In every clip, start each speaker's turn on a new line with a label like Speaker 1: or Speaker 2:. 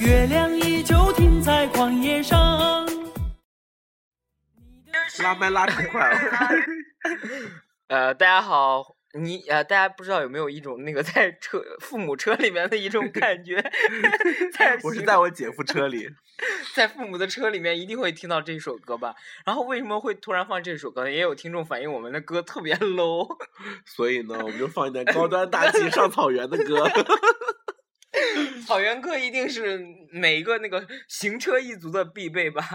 Speaker 1: 月亮依旧停在旷野上。
Speaker 2: 拉麦拉太快 了。
Speaker 3: 呃，大家好，你呃，大家不知道有没有一种那个在车父母车里面的一种感觉， 在
Speaker 2: 我是
Speaker 3: 形
Speaker 2: 在我姐夫车 里，
Speaker 3: 在父母的车里面一定会听到这首歌吧？然后为什么会突然放这首歌呢？也有听众反映我们的歌特别 low，
Speaker 2: 所以呢，我们就放一点高端大气上草原的 歌。
Speaker 3: 草原歌一定是每一个那个行车一族的必备吧？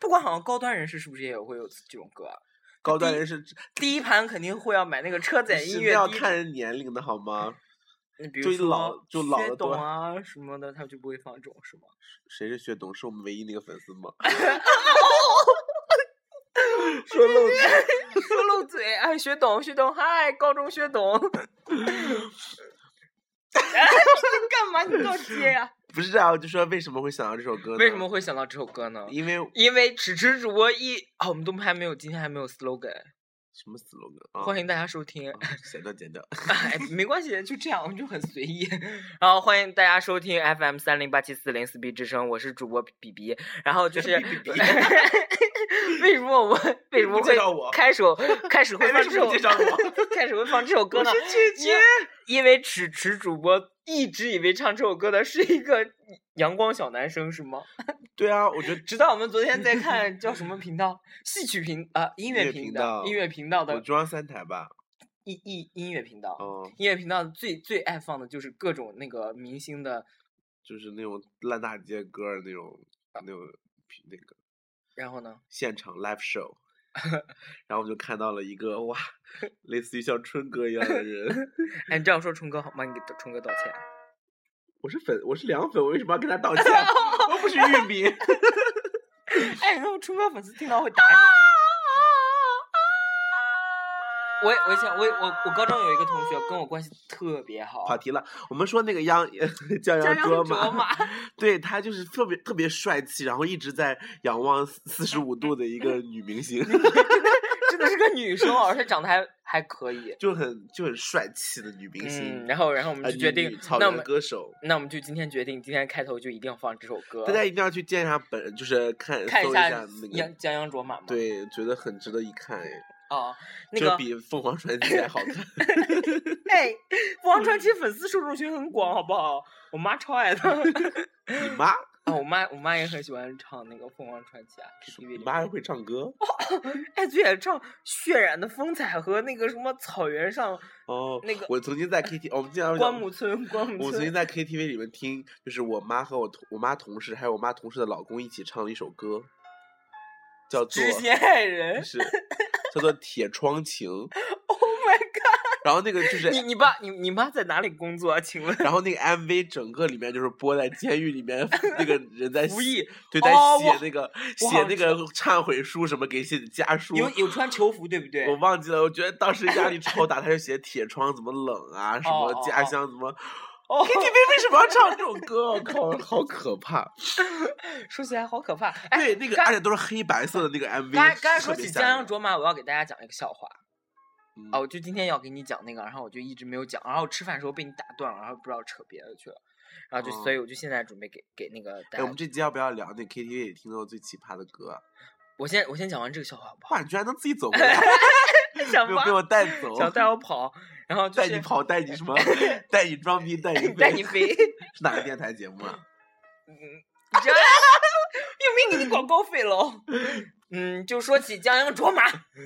Speaker 3: 不管好像高端人士是不是也有会有这种歌啊？
Speaker 2: 高端人是
Speaker 3: 第一盘肯定会要买那个车载音
Speaker 2: 是
Speaker 3: 乐，
Speaker 2: 要
Speaker 3: 第一
Speaker 2: 看人年龄的好吗？
Speaker 3: 你比
Speaker 2: 就
Speaker 3: 如说
Speaker 2: 老就老
Speaker 3: 薛
Speaker 2: 的
Speaker 3: 董
Speaker 2: 多
Speaker 3: 啊什么的，他就不会放这种是吗？
Speaker 2: 谁是薛董？是我们唯一那个粉丝吗？ 说漏嘴。
Speaker 3: 说漏嘴，哎，薛董，薛董，嗨，高中薛董，哎你干嘛？你倒 接呀、
Speaker 2: 不是啊，我就说为什么会想到这首歌呢？
Speaker 3: 为什么？会想到这首歌呢？
Speaker 2: 因为
Speaker 3: 因为此时主播一啊、我们都还没有，今天还没有 slogan，、
Speaker 2: 什么 slogan 啊？
Speaker 3: 欢迎大家收听。
Speaker 2: 啊剪掉剪掉。
Speaker 3: 哎，没关系，就这样，我们就很随意。 然后欢迎大家收听 FM 三零八七四零四 B 之声，我是主播比比。然后就是 为什么我们为什么
Speaker 2: 不介
Speaker 3: 会
Speaker 2: 绍我
Speaker 3: 开始开始会
Speaker 2: 哎
Speaker 3: 放
Speaker 2: 为
Speaker 3: 这
Speaker 2: 什么
Speaker 3: 首
Speaker 2: 不介绍我
Speaker 3: 开始会放这首歌呢？
Speaker 2: 拒
Speaker 3: 因 为因为迟迟主播一直以为唱这首歌的是一个 阳光小男生，是吗？
Speaker 2: 对啊，我觉得
Speaker 3: 直到我们昨天在看叫什么频道，戏曲频啊、音
Speaker 2: 音
Speaker 3: 乐
Speaker 2: 乐
Speaker 3: 频
Speaker 2: 频
Speaker 3: 道，
Speaker 2: 道
Speaker 3: 音乐频道
Speaker 2: 我
Speaker 3: 的
Speaker 2: 中央三台吧。
Speaker 3: 音音音乐频道，
Speaker 2: 哦，
Speaker 3: 音乐频道最最爱放的就是各种那个明星的，
Speaker 2: 就是那种烂大街歌儿那种那种那个
Speaker 3: 然后呢，
Speaker 2: 现场 live show。然后我们就看到了一个哇，类似于像春哥一样的 人。
Speaker 3: 哎，你这样说冲哥好吗？你给冲哥道歉。
Speaker 2: 我是粉，我是凉粉，我为什么要跟他道 歉？我又不是玉米。
Speaker 3: 哎，然后冲哥粉丝听到会打你。我也我以前我也我我高中有一个同学跟我关系特别好，
Speaker 2: 跑题了，我们说那个 央江央
Speaker 3: 江央
Speaker 2: 卓
Speaker 3: 卓玛
Speaker 2: 玛，对她就是特别特别帅气，然后一直在仰望四十五度的一个女明 星，
Speaker 3: 真的是个女生，啊而且长得还还可以。
Speaker 2: 就很就很帅气的女 明
Speaker 3: 嗯，
Speaker 2: 星。
Speaker 3: 然后然后我
Speaker 2: 我
Speaker 3: 们就决定，
Speaker 2: 草
Speaker 3: 那我们
Speaker 2: 原歌手，
Speaker 3: 那我们就今天决定，今天开头就一定要放这首歌。
Speaker 2: 大家一定要去见一下本人，就是看
Speaker 3: 看
Speaker 2: 搜一
Speaker 3: 下
Speaker 2: 那个
Speaker 3: 江，江央卓玛嘛。
Speaker 2: 对，觉得很值得一看哎，
Speaker 3: 哦，那
Speaker 2: 就
Speaker 3: 个
Speaker 2: 比凤凰传奇还好看。
Speaker 3: 哎，王传奇粉丝受众群很广，好不好？我妈超 爱的。
Speaker 2: 你 妈，
Speaker 3: 啊，我妈我妈也很喜欢唱那个《凤凰传奇》啊
Speaker 2: 你
Speaker 3: ，KTV 里。
Speaker 2: 妈还会唱歌
Speaker 3: 哎，最爱唱《血染的风采》和那个什么草 原上
Speaker 2: 哦。
Speaker 3: 那个
Speaker 2: 我曾经在 K T，我们经常
Speaker 3: 关母村，关母
Speaker 2: 我曾经
Speaker 3: 村。
Speaker 2: 在 KTV 里面听，就是我妈和我同我妈同事还有我妈同事的老公一起唱了一首歌，叫做
Speaker 3: 知心爱
Speaker 2: 就
Speaker 3: 人
Speaker 2: 是叫做《铁窗情》，
Speaker 3: ，Oh my god！
Speaker 2: 然后那个就是
Speaker 3: 你，你爸你你妈在哪里工作啊？请问？
Speaker 2: 然后那个 MV 整个里面就是播在监狱里面那个人在
Speaker 3: 服
Speaker 2: 写
Speaker 3: 役
Speaker 2: 对，在
Speaker 3: 哦我
Speaker 2: 写那个
Speaker 3: 我
Speaker 2: 写
Speaker 3: 好
Speaker 2: 那个忏悔书什么给写家书。
Speaker 3: 有有穿囚服对不对
Speaker 2: 我？忘记了，我觉得当时压力超大，他就写铁窗怎么冷啊，什么
Speaker 3: 哦哦
Speaker 2: 家
Speaker 3: 哦
Speaker 2: 乡怎么
Speaker 3: 哦，
Speaker 2: KTV 为什么要唱这种歌？啊我靠，好可怕！
Speaker 3: 说起来好可怕。哎，
Speaker 2: 对，那个
Speaker 3: 刚
Speaker 2: 而且都是黑白色的那个 MV。
Speaker 3: 刚才刚才说
Speaker 2: 特别
Speaker 3: 起
Speaker 2: 吓
Speaker 3: 江
Speaker 2: 人
Speaker 3: 央卓玛，我要给大家讲一个笑话。
Speaker 2: 嗯
Speaker 3: 啊，我就今天要给你讲那个，然后我就一直没有讲，然后吃饭的时候被你打断了，然后不知道扯别的去了，然后就、所以我就现在准备给给那个
Speaker 2: 哦哎，
Speaker 3: 大家，
Speaker 2: 我们这集要不要聊那 KTV 里听到最奇葩的歌？
Speaker 3: 我先我先讲完这个笑话好不好？
Speaker 2: 哇，你居然能自己走过 来，
Speaker 3: 想
Speaker 2: 没有被
Speaker 3: 吧
Speaker 2: 我带走，
Speaker 3: 想带我跑，然后就
Speaker 2: 带
Speaker 3: 是
Speaker 2: 你跑，带你什 么？带你装逼，带你
Speaker 3: 带你
Speaker 2: 飞
Speaker 3: 飞，
Speaker 2: 是哪个电台节目 啊？
Speaker 3: 这又没给你广告费喽。嗯，就说起江洋卓玛，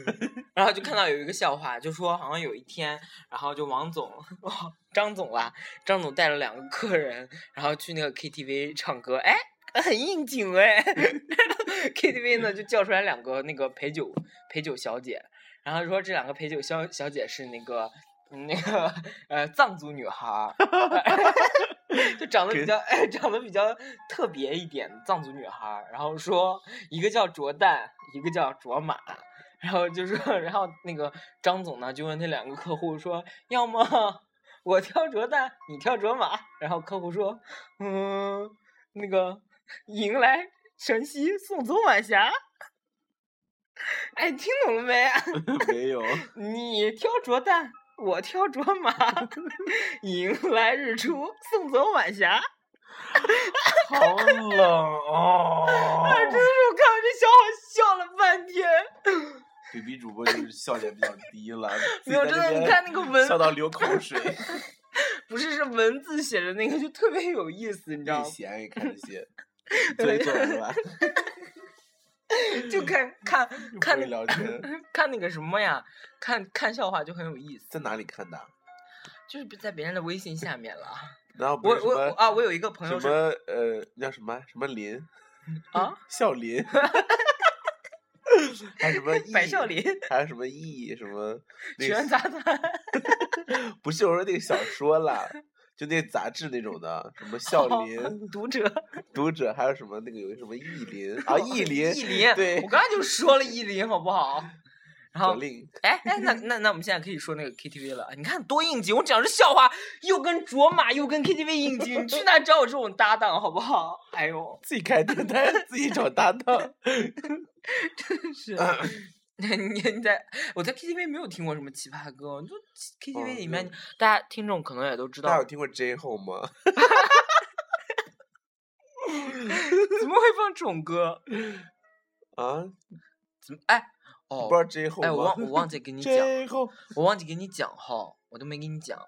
Speaker 3: 然后就看到有一个笑话，就说好像有一天，然后就王总、哇张总啦，张总带了两个客人，然后去那个 KTV 唱歌，哎，很应景哎。KTV 呢就叫出来两个那个陪酒陪酒小姐，然后说这两个陪酒小小姐是那个嗯那个呃藏族女孩儿，就长得比较、哎、长得比较特别一点的藏族女孩儿，然后说一个叫卓旦，一个叫卓玛。然后就说，然后那个张总呢就问那两个客户说，要么 我挑卓旦，你挑卓玛。然后客户说，嗯，那个迎来晨曦，送走晚霞。哎，听懂了没？
Speaker 2: 没有，
Speaker 3: 你挑卓旦， 我挑卓玛，迎来日出，送走晚霞。
Speaker 2: 好冷 哦！
Speaker 3: 哎，真是我看完这笑话笑了半天，
Speaker 2: b b 主播就是笑点比较低了，
Speaker 3: 没有真的，你看那个文
Speaker 2: 笑到流口水，
Speaker 3: 不是是文字写的那个，就特别有意思，你知道
Speaker 2: 一
Speaker 3: 吗？
Speaker 2: 闲也 看这些，作业做完了，
Speaker 3: 就看 看
Speaker 2: 又不
Speaker 3: 看
Speaker 2: 会
Speaker 3: 那
Speaker 2: 聊天，
Speaker 3: 看那个什么呀，看看笑话就很有意思，
Speaker 2: 在哪里看的啊？
Speaker 3: 就是在别人的微信下面了。
Speaker 2: 然后不
Speaker 3: 我
Speaker 2: 是什
Speaker 3: 我
Speaker 2: 么
Speaker 3: 啊，我有一个朋友
Speaker 2: 什
Speaker 3: 是
Speaker 2: 么呃，那叫什么什么林
Speaker 3: 啊，
Speaker 2: 笑 林，还有什么
Speaker 3: 白
Speaker 2: 意
Speaker 3: 笑林，
Speaker 2: 还有什么意什么那
Speaker 3: 学
Speaker 2: 个
Speaker 3: 员杂谈，
Speaker 2: 不是我说那个小说啦，就那杂志那种的，
Speaker 3: 哦
Speaker 2: 什么笑林、
Speaker 3: 读者，
Speaker 2: 读者，还有什么那个有个什么意 林啊，意林、
Speaker 3: 意林，
Speaker 2: 对
Speaker 3: 我刚才就说了意林，好不好？然
Speaker 2: 口
Speaker 3: 后
Speaker 2: 令，
Speaker 3: 哎哎，那那那我们现在可以说那个 KTV 了。啊你看多应景，我讲这笑话又跟卓玛又跟 KTV 应景，你去哪找我这种搭档好不好？哎呦，
Speaker 2: 自己开电台，自己找搭档，
Speaker 3: 真 是。你你在我在 KTV 没有听过什么奇葩歌，就 KTV
Speaker 2: 嗯
Speaker 3: 里
Speaker 2: 就
Speaker 3: 面、大家听众可能也都知
Speaker 2: 大家有
Speaker 3: 道，
Speaker 2: 听过 J h o 吗？
Speaker 3: 怎么会放这种歌？
Speaker 2: 啊，
Speaker 3: 怎么哎
Speaker 2: 你
Speaker 3: 哦
Speaker 2: 不知道 J h o
Speaker 3: 哎我
Speaker 2: 吗
Speaker 3: 忘我 忘记给你讲，
Speaker 2: ？J h o
Speaker 3: 我忘记给你讲哈，我都没给你讲，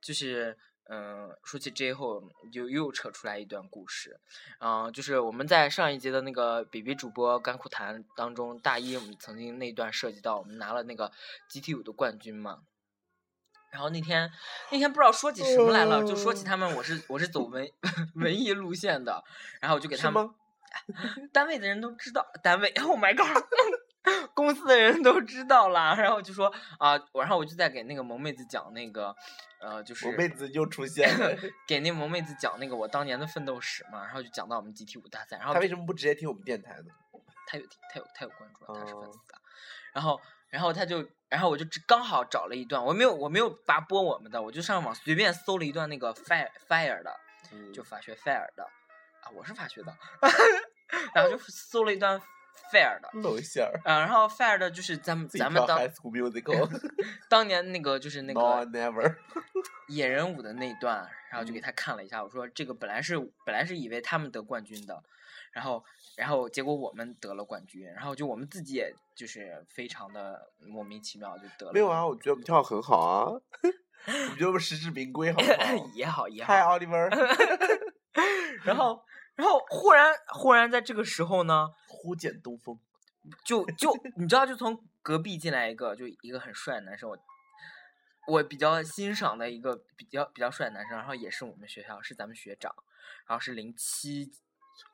Speaker 3: 就是嗯、呃说起 J 后就又扯出来一段故事，嗯、就是我们在上一节的那个比比主播干苦谈当中，大一我们曾经那一段涉及到我们拿了那个集体舞的冠军嘛。然后那天，那天不知道说起什么来了，就说起他们，我是我是走文 文艺路线的，然后我就给
Speaker 2: 是
Speaker 3: 他们
Speaker 2: 吗？
Speaker 3: 单位的人都知道，单位，Oh my god，公司的人都知道啦。然后就说啊，我然后我就在给那个萌妹子讲那个，呃，就是
Speaker 2: 我妹子又出现 了，
Speaker 3: 给那萌妹子讲那个我当年的奋斗史嘛。然后就讲到我们集体舞大赛，然后
Speaker 2: 她为什么不直接听我们电台呢？
Speaker 3: 他有他有他有关注了，他是粉
Speaker 2: 哦
Speaker 3: 丝啊。然后然后他就然后我就只刚好找了一段，我没有我没有拔播我们的，我就上网随便搜了一段那个 fire fire 的，
Speaker 2: 嗯
Speaker 3: 就法学 fire 的啊，我是法学的， 然后就搜了一段 fire 的。
Speaker 2: 露馅儿，
Speaker 3: 嗯，然后 fire 的就是咱们
Speaker 2: 自己
Speaker 3: 咱们
Speaker 2: 跳 High
Speaker 3: 当
Speaker 2: School Musical，
Speaker 3: 当年那个就是那
Speaker 2: No 嗯
Speaker 3: 个
Speaker 2: Never，
Speaker 3: 野人舞的那一段，然后就给他看了一下，我说这个本来是本来是以为他们得冠军的，然后然后结果我们得了冠军，然后就我们自己也就是非常的莫名其妙就得了，？
Speaker 2: 没有啊，我觉得我们跳得很好啊，我觉得我们实至名归，好不好
Speaker 3: 也好 也好
Speaker 2: 嗨，，奥利 r
Speaker 3: 然后然后忽然忽然在这个时候呢，
Speaker 2: 忽见东风，
Speaker 3: 就就你知道，就从隔壁进来一个，就一个很帅的男生，我我比较欣赏的一个比较比较帅的男生，然后也是我们学校是咱们学长，然后是零七，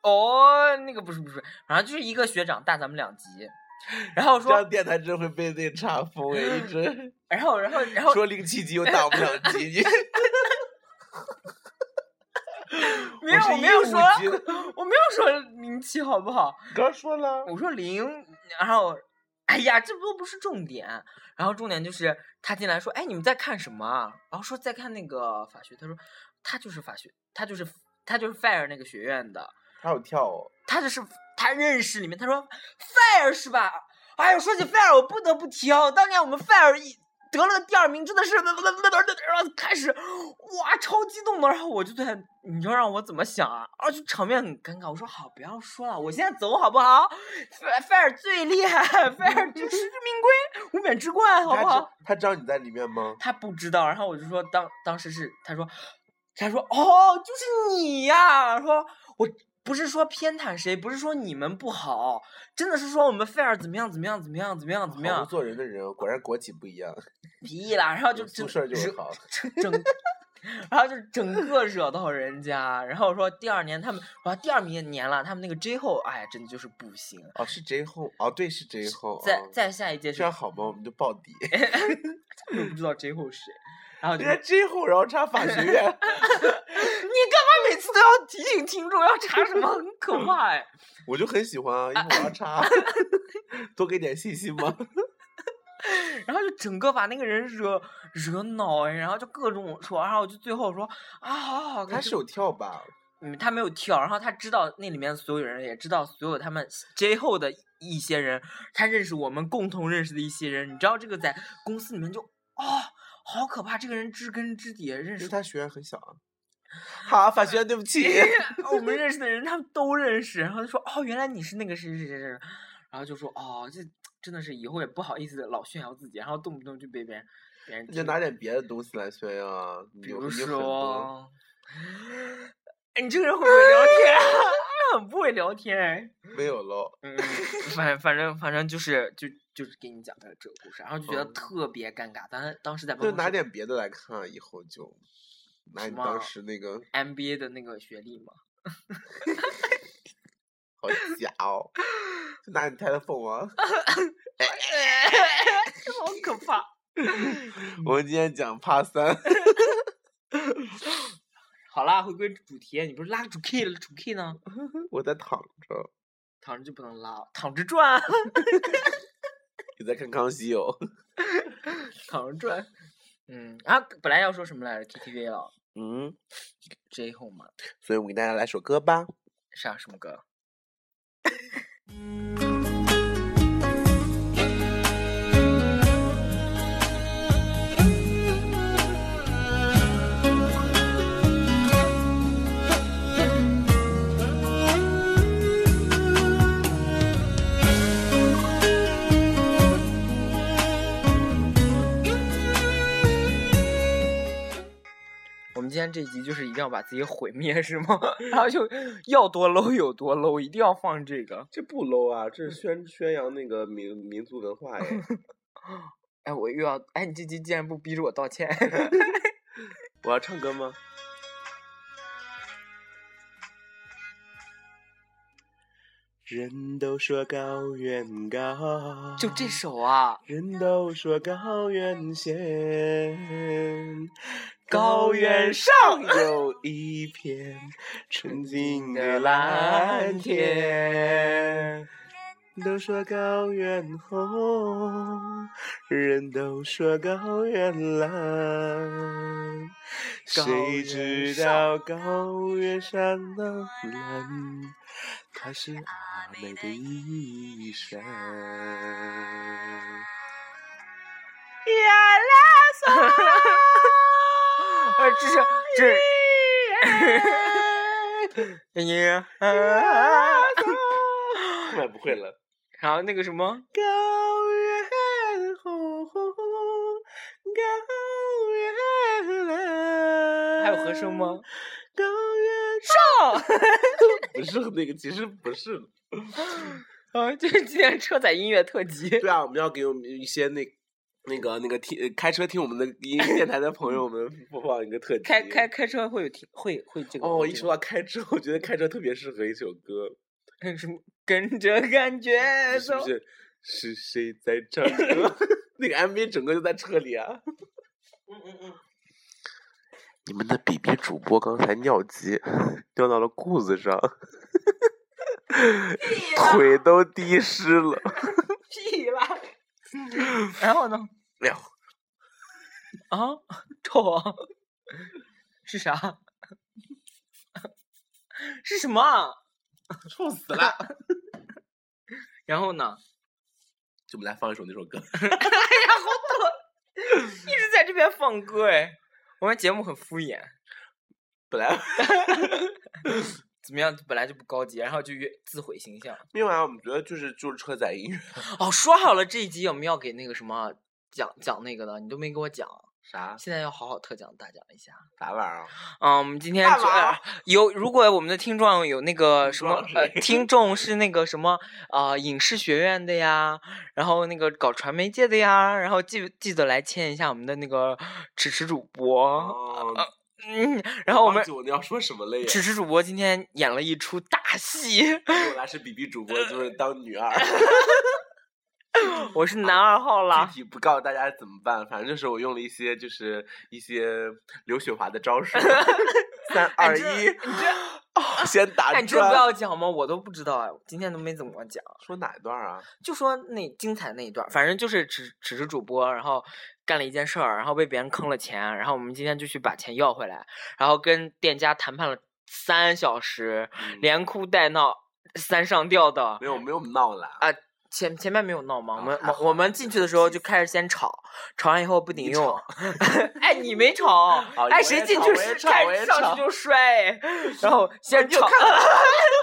Speaker 3: 哦，那个不是不是，反正就是一个学长大咱们两级，然后
Speaker 2: 这
Speaker 3: 说
Speaker 2: 样，电台真会被那查封哎，一直
Speaker 3: 然后然后然后
Speaker 2: 说零七级又打我们 两级，你
Speaker 3: 没有
Speaker 2: 我
Speaker 3: 我
Speaker 2: 是
Speaker 3: 没有
Speaker 2: 15
Speaker 3: 说
Speaker 2: 级的
Speaker 3: 我没有说零七好不好？
Speaker 2: 刚说了，
Speaker 3: 我说零，然后，哎呀，这都不是重点。然后重点就是他进来说，哎，你们在看什么啊？然后说在看那个法学，他说他就是法学，他就是他就是 fire 那个学院的，
Speaker 2: 还有跳哦，
Speaker 3: 他就是他认识里面，他说 fire 是吧？哎呦，说起 fire，我不得不提哦，当年我们 fire 一。得了第二名，真的是，然后开始，哇，超激动的。然后我就在，你要让我怎么想啊？而且场面很尴尬。我说好，不要说了，我现在走好不好？菲菲尔最厉害，菲尔这实至名归，无冕之冠，好
Speaker 2: 他
Speaker 3: 不好
Speaker 2: 知？他知道你在里面吗？
Speaker 3: 他不知道，然后我就说当当时是他说，他说哦，就是你呀、说我不是说偏袒谁，不是说你们不好，真的是说我们菲尔怎么样怎么样怎么样怎么样怎么
Speaker 2: 好会
Speaker 3: 样，
Speaker 2: 做人的人，果然国企不一样，
Speaker 3: 屁啦，然后啊就
Speaker 2: 有
Speaker 3: 真
Speaker 2: 宿舍就
Speaker 3: 惹
Speaker 2: 是好，
Speaker 3: 整，然后就整个惹到人家，然后说第二年他们，哇，第二年年了，他们那个 J 后，哎呀，真的就是不行，
Speaker 2: 哦是 J 后，哦对是 J 后，
Speaker 3: 再
Speaker 2: 哦
Speaker 3: 再下一届
Speaker 2: 这
Speaker 3: 是
Speaker 2: 样好吗？我们就报底，
Speaker 3: 又不知道 J 哎后是谁， 然后就
Speaker 2: 人
Speaker 3: 说
Speaker 2: 家 J 后，然后插法学院，
Speaker 3: 你干嘛每次都要提醒听众要查什么，很可 怕哎。
Speaker 2: 我就很喜欢啊，因为我要 插，多给点信息吗？
Speaker 3: 然后就整个把那个人惹惹恼哎，然后就各种说，然后我就最后说啊，好好好，
Speaker 2: 他是有跳吧？
Speaker 3: 嗯，他没有跳，然后他知道那里面所有人，也知道所有他们 J 后的一些人，他认识我们共同认识的一些人，你知道这个在公司里面就啊、好可怕，这个人知根知底认
Speaker 2: 因为
Speaker 3: 识
Speaker 2: 他学院很小啊，好，法学院，对不 起。
Speaker 3: 啊我们认识的人他们都认识，然后就说哦，原来你是那个谁谁谁谁，然后就说哦，这真的是以后也不好意思老炫耀自己，然后动不动就被别人别人
Speaker 2: 你就
Speaker 3: 听
Speaker 2: 拿点别的东西来炫耀啊，你
Speaker 3: 比
Speaker 2: 有
Speaker 3: 如
Speaker 2: 你有很多
Speaker 3: 说，哎，你这个人会不会聊天啊？ 很不会聊天哎。
Speaker 2: 没有喽。
Speaker 3: 嗯，反反正反正就是就就是给你讲的这个故事，然后就觉得
Speaker 2: 嗯
Speaker 3: 特别尴尬。当当时在办
Speaker 2: 就
Speaker 3: 公
Speaker 2: 拿
Speaker 3: 室
Speaker 2: 点别的来看，以后就拿
Speaker 3: 什
Speaker 2: 你
Speaker 3: 么啊
Speaker 2: 当时那 个
Speaker 3: MBA 的那个学历嘛，
Speaker 2: 好假哦，就拿你 telephone 啊。
Speaker 3: 好可怕。
Speaker 2: 我们今天讲帕三，
Speaker 3: 好啦，回归主题，你不是拉主 K 了？主 K 呢？
Speaker 2: 我在躺着，
Speaker 3: 躺着就不能拉，躺着转，
Speaker 2: 你在看《康熙》哦。
Speaker 3: 躺着转。嗯，啊，本来要说什么来着？KTV 了
Speaker 2: 嗯，
Speaker 3: ，J Home 嘛，
Speaker 2: 所以我们给大家来首歌吧。
Speaker 3: 啥什么歌？我们今天这一集就是一定要把自己毁灭 是吗？然后就要多 low 有多 low，一定要放这个。
Speaker 2: 这不 low 啊，这是宣宣扬那个民民族文化 哎。
Speaker 3: 哎，我又要哎，你这集竟然不逼着我道歉，
Speaker 2: 我要唱歌吗？人都说高原高，
Speaker 3: 就这首啊，
Speaker 2: 人都说高原险，
Speaker 3: 高原上
Speaker 2: 有一片纯净的蓝天。都说高原红，人都说高原蓝，谁知道高原上的蓝，它是阿妹的衣衫。
Speaker 3: 呃，这是这是，你，
Speaker 2: 快不会了。
Speaker 3: 然后那个什么，
Speaker 2: 高原红，高原蓝。
Speaker 3: 还有和声 吗？
Speaker 2: 高原
Speaker 3: 上
Speaker 2: 不是那个，其实不是的。
Speaker 3: 啊，就是今天车载音乐特辑，
Speaker 2: 对啊，我们要给我们一些那那个那个听开车听我们的音乐电台的朋友们 播放一个特辑。
Speaker 3: 开开开车会有听会会这个
Speaker 2: 哦，
Speaker 3: 会
Speaker 2: 一
Speaker 3: 这
Speaker 2: 说
Speaker 3: 个
Speaker 2: 到开车，我觉得开车特别适合一首歌，
Speaker 3: 嗯什么跟着感 觉
Speaker 2: 是
Speaker 3: 走
Speaker 2: 不，是？是谁在唱歌？ 那个 MV 整个就在车里啊。
Speaker 3: 嗯嗯嗯，
Speaker 2: 你们的 BB 主播刚才尿急，尿到了裤子上，腿都滴湿了。
Speaker 3: 屁啦，然后呢？
Speaker 2: 哎呦，
Speaker 3: 啊， 臭啊，是啥？ 是什么啊？
Speaker 2: 臭死了！
Speaker 3: 然后呢？
Speaker 2: 就我们来放一首那首歌。
Speaker 3: 一直在这边放歌哎，我们节目很敷衍，
Speaker 2: 本来
Speaker 3: 怎么样？本来就不高级，然后就越自毁形象。
Speaker 2: 另外我们觉得就是就是车载音乐，
Speaker 3: 哦，说好了这一集我们要给那个什么讲讲那个的，你都没给我讲，
Speaker 2: 啥
Speaker 3: 现在要好好特讲大讲一下。
Speaker 2: 啥玩意儿啊？
Speaker 3: 嗯，我们今天
Speaker 2: 干
Speaker 3: 就、
Speaker 2: 嘛
Speaker 3: 呃 有，如果我们的听众有那个什
Speaker 2: 听
Speaker 3: 么
Speaker 2: 众
Speaker 3: 呃，
Speaker 2: 是
Speaker 3: 听众是那个什么呃影视学院的呀，然后那个搞传媒界的呀，然后记记得来签一下我们的那个迟迟主播，
Speaker 2: 哦，
Speaker 3: 嗯，然后我们
Speaker 2: 忘记我要说什么了耶？
Speaker 3: 迟迟主播今天演了一出大戏，
Speaker 2: 我来是 BB 主播，就是当女 二，
Speaker 3: 我是男二号啦
Speaker 2: 具，体不告诉大家怎么办，反正就是我用了一些就是一些刘雪华的招数，三二
Speaker 3: 哎这
Speaker 2: 一，哦先打
Speaker 3: 哎，你这不
Speaker 2: 转。
Speaker 3: 要讲吗？我都不知道哎，我今天都没怎么讲。
Speaker 2: 说哪一段啊？
Speaker 3: 就说那精彩那一段儿，反正就是只只是主播，然后干了一件事儿，然后被别人坑了钱，然后我们今天就去把钱要回来，然后跟店家谈判了三小时，
Speaker 2: 嗯
Speaker 3: 连哭带闹，三上吊的
Speaker 2: 没有没有闹啦，
Speaker 3: 啊，前前面没有闹嘛，我们
Speaker 2: 啊还好
Speaker 3: 我们进去的时候就开始先吵，吵完以后不顶
Speaker 2: 你
Speaker 3: 用。 哎，你没吵
Speaker 2: 哦，
Speaker 3: 哎，
Speaker 2: 我
Speaker 3: 谁
Speaker 2: 也
Speaker 3: 进
Speaker 2: 吵
Speaker 3: 去
Speaker 2: 我也
Speaker 3: 是
Speaker 2: 吵
Speaker 3: 开
Speaker 2: 我也
Speaker 3: 上
Speaker 2: 吵
Speaker 3: 去 就摔，然后先
Speaker 2: 你有
Speaker 3: 吵，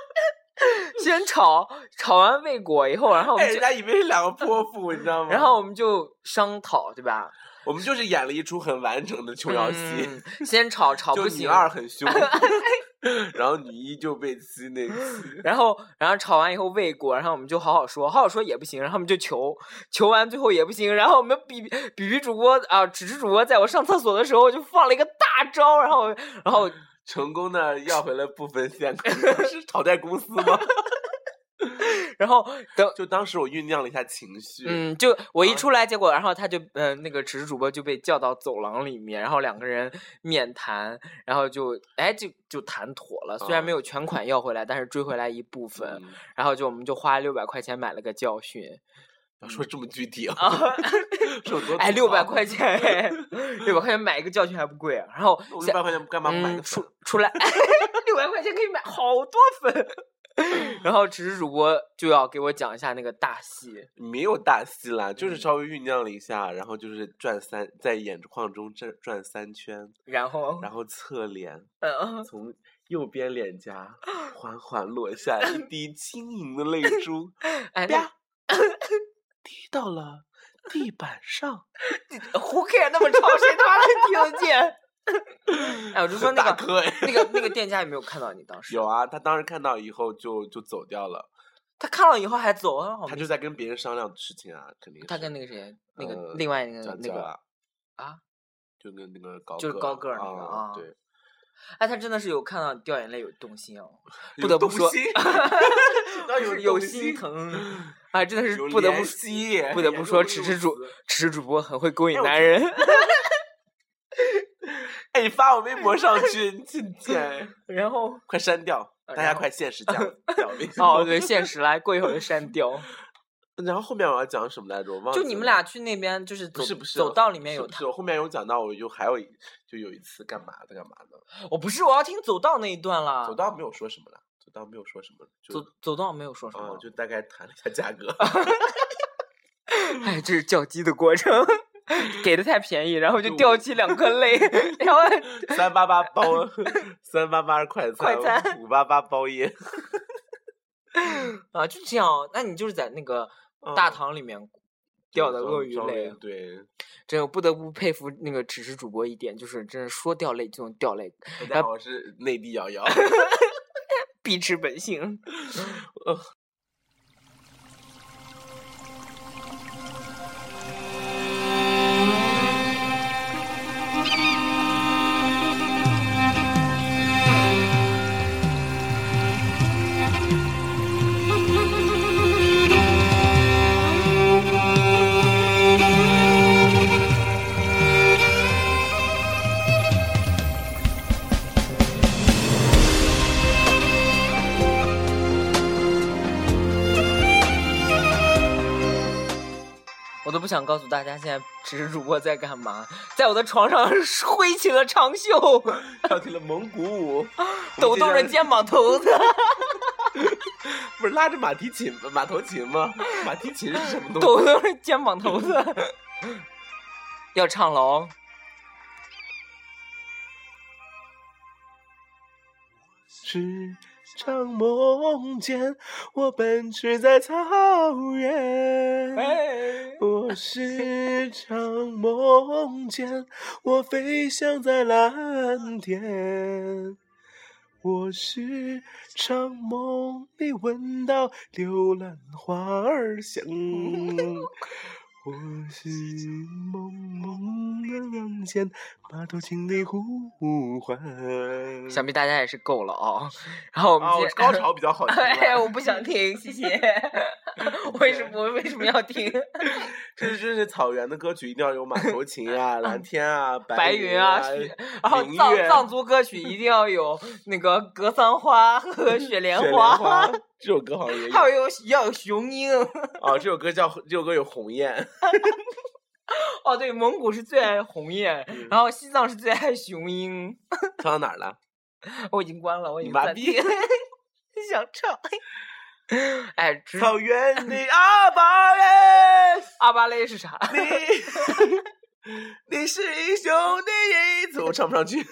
Speaker 3: 先吵，吵完未果以后，然后我
Speaker 2: 哎，
Speaker 3: 们
Speaker 2: 人
Speaker 3: 就
Speaker 2: 家以为是两个泼妇，你知道吗？
Speaker 3: 然后我们就商讨，对吧？
Speaker 2: 我们就是演了一出很完整的琼瑶戏，
Speaker 3: 嗯先吵吵
Speaker 2: 就
Speaker 3: 不
Speaker 2: 你
Speaker 3: 行，
Speaker 2: 二很 凶，然后你一就被气那 次。
Speaker 3: 然后，然后吵完以后未果，然后我们就好好说，好好说也不行，然后我们就求，求完最后也不行，然后我们比比比主播啊，纸纸主播在我上厕所的时候就放了一个大招，然后，然后
Speaker 2: 成功的要回了部分现款， 是讨债公司吗？
Speaker 3: 然后等，
Speaker 2: 就当时我酝酿了一下情绪，
Speaker 3: 嗯，就我一出来，结果然后他就，嗯、那个纸纸主播就被叫到走廊里面，然后两个人面谈，然后就，哎，就就谈妥了，虽然没有全款要回来，但是追回来一部分，
Speaker 2: 嗯
Speaker 3: 然后就我们就花六百块钱买了个教训，
Speaker 2: 要说这么具体啊，
Speaker 3: 啊
Speaker 2: 是有多啊
Speaker 3: 哎，六百块
Speaker 2: 钱，
Speaker 3: 钱， 哎六百块钱买一个教训还不贵啊。然后
Speaker 2: 我六
Speaker 3: 下
Speaker 2: 百块钱干嘛不买
Speaker 3: 嗯
Speaker 2: 个
Speaker 3: 出
Speaker 2: 粉？
Speaker 3: 出来，六百块钱可以买好多粉。然后只是主播就要给我讲一下那个大戏，
Speaker 2: 没有大戏啦，就是
Speaker 3: 嗯
Speaker 2: 稍微酝酿了一下，然后就是转三，在眼眶中转转三圈，
Speaker 3: 然后
Speaker 2: 然后侧脸
Speaker 3: 嗯，
Speaker 2: 从右边脸颊 缓缓落下一滴轻盈的泪珠，
Speaker 3: 哎，
Speaker 2: 啪
Speaker 3: 那，
Speaker 2: 滴到了地板上。
Speaker 3: 胡 care 那么吵，谁他妈能听得见？ 哎，我就说那
Speaker 2: 大
Speaker 3: 个
Speaker 2: 哥哎，
Speaker 3: 那个那个店家有没有看到你当 时？
Speaker 2: 有啊，他当时看到以后就就走掉了，
Speaker 3: 他看了以后还走啊，好
Speaker 2: 他
Speaker 3: 没
Speaker 2: 就在跟别人商量事情啊，肯定
Speaker 3: 他
Speaker 2: 是
Speaker 3: 跟那个谁，那个
Speaker 2: 呃
Speaker 3: 另外那
Speaker 2: 叫
Speaker 3: 个那
Speaker 2: 叫
Speaker 3: 个
Speaker 2: 啊
Speaker 3: 啊，
Speaker 2: 就跟那个高
Speaker 3: 就是
Speaker 2: 个
Speaker 3: 高
Speaker 2: 儿
Speaker 3: 个儿那个啊
Speaker 2: 对，
Speaker 3: 哎，他真的是有看到你掉眼泪，有动心哦，不
Speaker 2: 有
Speaker 3: 得不
Speaker 2: 动
Speaker 3: 说
Speaker 2: 心
Speaker 3: 就
Speaker 2: 要
Speaker 3: 是
Speaker 2: 有
Speaker 3: 有
Speaker 2: 动
Speaker 3: 心
Speaker 2: 心，
Speaker 3: 疼啊，真的是
Speaker 2: 有
Speaker 3: 不得
Speaker 2: 怜
Speaker 3: 不 说
Speaker 2: 惜
Speaker 3: 不得不说，只是
Speaker 2: 是
Speaker 3: 主只是主播很会勾引
Speaker 2: 哎我
Speaker 3: 男人。
Speaker 2: 哎，你发我微博上去，你去 见，
Speaker 3: 然后
Speaker 2: 快删掉，
Speaker 3: 呃
Speaker 2: 大家
Speaker 3: 然后
Speaker 2: 快限 时加掉微信
Speaker 3: 哦，对，现实来，过一会儿就删掉。
Speaker 2: 然后后面我要讲什么来着？我忘
Speaker 3: 就
Speaker 2: 记
Speaker 3: 你们
Speaker 2: 了
Speaker 3: 俩去那边，就是啊走
Speaker 2: 不是不是啊
Speaker 3: 走道里面有
Speaker 2: 是
Speaker 3: 他
Speaker 2: 不是，，我后面有讲到，我就还有一就有一次干嘛的干嘛的，
Speaker 3: 我不是我要听走道那一段啦。
Speaker 2: 走道没有说什么了，走道没有说什么，就
Speaker 3: 啊走走道没有说什
Speaker 2: 啊、
Speaker 3: 么，
Speaker 2: 就大概谈了一下价格，
Speaker 3: 哎，这是叫鸡的过程， 给的太便宜，然后就掉起两颗 泪，然后
Speaker 2: 三八八包三八八快
Speaker 3: 快
Speaker 2: 餐，
Speaker 3: 餐
Speaker 2: 五八八包夜，
Speaker 3: 啊就这样。那你就是在那个大堂里面掉的鳄鱼
Speaker 2: 装
Speaker 3: 泪
Speaker 2: 了，对，
Speaker 3: 真的我不得不佩服那个只是主播一点，就是真是说掉泪就能掉泪，
Speaker 2: 大家好，我是内地 瑶瑶。
Speaker 3: 必知本性。我都不想告诉大家现在只是主播在干嘛，在我的床上挥起了 长袖，
Speaker 2: 跳起了蒙古舞，
Speaker 3: 抖动着肩膀头子。
Speaker 2: 不是拉着马蹄琴马头琴 吗？马蹄琴是什么东西？
Speaker 3: 抖都是肩膀头子。要唱 了哦，
Speaker 2: 时常梦见我奔驰在草原，
Speaker 3: 哎
Speaker 2: 我时常梦见我飞翔在蓝天，我时常梦里闻到柳兰花儿香，我是梦梦的望见马头琴的呼唤。
Speaker 3: 想必大家也是够了哦。然后我们
Speaker 2: 啊，
Speaker 3: 今
Speaker 2: 我
Speaker 3: 天、
Speaker 2: 高潮比较好听啦。
Speaker 3: 哎，我不想听，谢谢。为什么为什么要听？
Speaker 2: 这是这是草原的歌曲，一定要有马头琴啊、蓝天啊、
Speaker 3: 白
Speaker 2: 云
Speaker 3: 云啊，雪然后藏
Speaker 2: 月
Speaker 3: 藏族歌曲一定要有那个格桑花 和雪莲
Speaker 2: 雪莲
Speaker 3: 花，
Speaker 2: 花。这首歌好像也有
Speaker 3: 还有要有雄鹰。
Speaker 2: 哦，这首歌叫这首歌有鸿雁，
Speaker 3: 哦，对，蒙古是最爱鸿雁，
Speaker 2: 嗯
Speaker 3: 然后西藏是最爱雄鹰。
Speaker 2: 唱到哪儿了？
Speaker 3: 我已经关了，我已
Speaker 2: 你
Speaker 3: 经
Speaker 2: 麻
Speaker 3: 暂
Speaker 2: 痹
Speaker 3: 停。想唱， 哎，只
Speaker 2: 草原的阿巴嘞，
Speaker 3: 阿巴勒是啥？
Speaker 2: 你是英雄的一族，我唱不上去。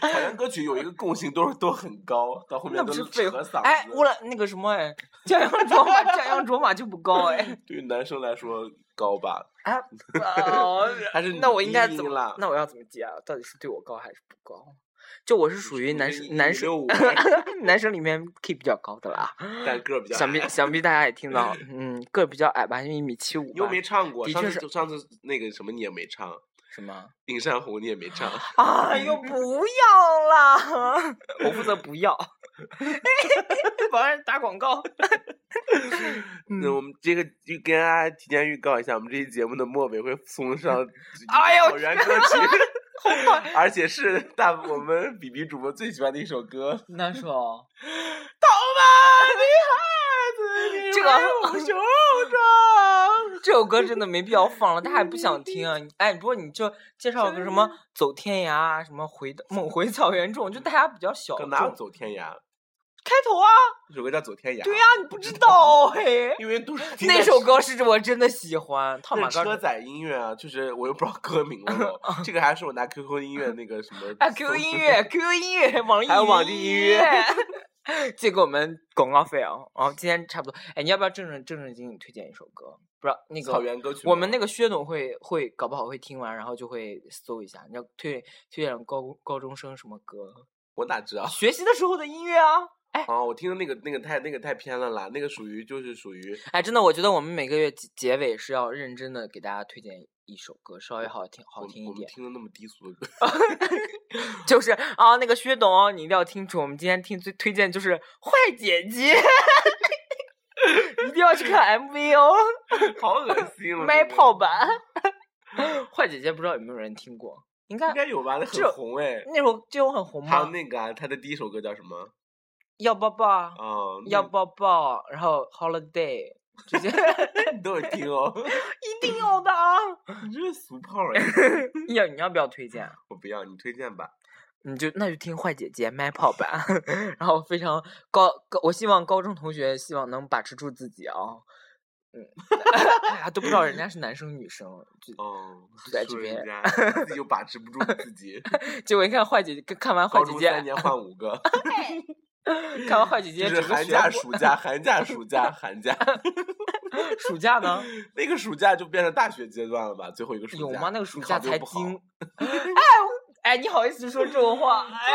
Speaker 2: 草原歌曲有一个共性，都是都很高，到后面
Speaker 3: 那
Speaker 2: 都
Speaker 3: 不是废
Speaker 2: 扯
Speaker 3: 话
Speaker 2: 嗓子。。
Speaker 3: 哎，乌兰那个什么哎，降央卓玛，降央卓玛就不高 哎。
Speaker 2: 对于男生来说高吧，
Speaker 3: 啊，哦
Speaker 2: 还是
Speaker 3: 那
Speaker 2: 你
Speaker 3: 我应该
Speaker 2: 低
Speaker 3: 怎
Speaker 2: 音
Speaker 3: 么
Speaker 2: 啦？
Speaker 3: 那我要怎么接啊？到底是对我高还是不高？就我是属于男
Speaker 2: 一
Speaker 3: 生
Speaker 2: 米
Speaker 3: 男生
Speaker 2: 65
Speaker 3: 男生里面 K 比较高 的了啊，
Speaker 2: 但个儿比较矮。
Speaker 3: 想必想必大家也听到，嗯，个儿比较矮吧，就一米七五
Speaker 2: 你又
Speaker 3: 吧
Speaker 2: 没，唱过，
Speaker 3: 啊的
Speaker 2: 上
Speaker 3: 确
Speaker 2: 次上次那个什么你也没唱，《
Speaker 3: 什么？
Speaker 2: 映山红》你也没唱，
Speaker 3: 啊，又不要 啦！我负责不要，帮人打广告。嗯
Speaker 2: 那我们这个就跟大家提前预告一下，我们这期节目的末尾会送上
Speaker 3: 哎呦啊
Speaker 2: 草原歌曲， 而且是大我们比比主播最喜欢的一首歌。
Speaker 3: 那哦首
Speaker 2: 头发的孩子，
Speaker 3: 这个
Speaker 2: 你为我雄壮。
Speaker 3: 这首歌真的没必要放了，大家也不 想听啊。你哎，不过你就介绍个什么走天涯啊，什么回梦回草原中，就大家比较小
Speaker 2: 可
Speaker 3: 众。
Speaker 2: 哪有走天涯？
Speaker 3: 开头啊，
Speaker 2: 这首歌叫《走天涯》。
Speaker 3: 对呀、你不知 道嘿、
Speaker 2: 因为都是听
Speaker 3: 那
Speaker 2: 在
Speaker 3: 首歌是我真的喜欢，套
Speaker 2: 那
Speaker 3: 马杆
Speaker 2: 车
Speaker 3: 儿。
Speaker 2: 载音乐啊，就是我又不知道歌名了。 这个还是我拿 QQ 音乐那个什么
Speaker 3: 哎，QQ
Speaker 2: 搜
Speaker 3: 音 乐，QQ 音乐，网易
Speaker 2: 还有
Speaker 3: 云
Speaker 2: 网易
Speaker 3: 音
Speaker 2: 音
Speaker 3: 乐
Speaker 2: 乐。
Speaker 3: 这个我们广告费啊，哦，今天差不多。哎，你要不要正正正正经经推荐一首歌？不知道那
Speaker 2: 草
Speaker 3: 个
Speaker 2: 原歌曲吗。
Speaker 3: 我们那个薛总会会搞不好会听完，然后就会搜一下。你要推推荐高高中生什么歌？
Speaker 2: 我哪知道？
Speaker 3: 学习的时候的音乐啊！哎
Speaker 2: 啊，我听的那个那个太那个太偏了啦，那个属于就是属于
Speaker 3: 哎，真的，我觉得我们每个月结结尾是要认真的给大家推荐一首歌，稍微好听好
Speaker 2: 我
Speaker 3: 听
Speaker 2: 我
Speaker 3: 一
Speaker 2: 们
Speaker 3: 点。
Speaker 2: 听的那么低俗的 歌。
Speaker 3: 就是啊，那个薛董哦，你一定要听楚，我们今天听最推荐就是《坏姐姐》 ，一定要去看 MV 哦，
Speaker 2: 好恶心了！
Speaker 3: 麦
Speaker 2: 这个
Speaker 3: 炮版。嗯坏姐姐不知道有没有人听过？应该
Speaker 2: 应该有吧？那很
Speaker 3: 这种
Speaker 2: 红哎。
Speaker 3: 那首这首很红
Speaker 2: 还有
Speaker 3: 吗？
Speaker 2: 那个啊，他的第一首歌叫什么？
Speaker 3: 要抱抱啊，
Speaker 2: 啊，那
Speaker 3: 要抱抱，然后 Holiday，直 接
Speaker 2: 都有听 哦。
Speaker 3: 一定有的啊。
Speaker 2: 你这是俗炮哎！
Speaker 3: 要你要不要推荐？啊
Speaker 2: 我不要，你推荐吧。
Speaker 3: 你就那就听坏姐姐麦炮版， 然后非常高高，我希望高中同学希望能把持住自己啊、嗯， 哎呀都不知道人家是男生女生，就
Speaker 2: 哦，
Speaker 3: 就在
Speaker 2: 说
Speaker 3: 这
Speaker 2: 人
Speaker 3: 边
Speaker 2: 家自己又把持不住自己，
Speaker 3: 结果一看坏姐姐，看完坏
Speaker 2: 高
Speaker 3: 姐
Speaker 2: 中三
Speaker 3: 姐，
Speaker 2: 年换五 个。
Speaker 3: 看完坏姐
Speaker 2: 就
Speaker 3: 姐，
Speaker 2: 是
Speaker 3: 整个
Speaker 2: 寒
Speaker 3: 学
Speaker 2: 假、
Speaker 3: 过
Speaker 2: 暑 假、寒假、暑假、寒假，
Speaker 3: 暑假呢？
Speaker 2: 那个暑假就变成大学阶段了吧？最后一个暑假
Speaker 3: 有吗？那个暑
Speaker 2: 你
Speaker 3: 假
Speaker 2: 考得又
Speaker 3: 才
Speaker 2: 不好
Speaker 3: 精，哎我哎，你好意思说这种话？哎，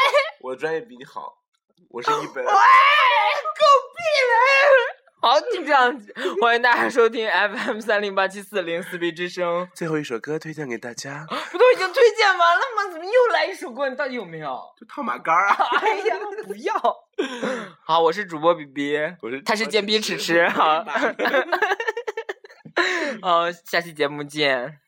Speaker 2: 我的专业比你好，我是一本。
Speaker 3: 狗屁嘞！好，就这样子，欢迎大家收听 FM 三零八七四零四 B 之声。
Speaker 2: 最后一首歌推荐给大家，
Speaker 3: 不都已经推荐完了吗？怎么又来一首歌？你到底有没有？
Speaker 2: 就套马杆儿 啊！
Speaker 3: 哎呀，不要！ 好，我是主播比比，
Speaker 2: 我是
Speaker 3: 他是 呃贱逼迟迟，好，好，下期节目见。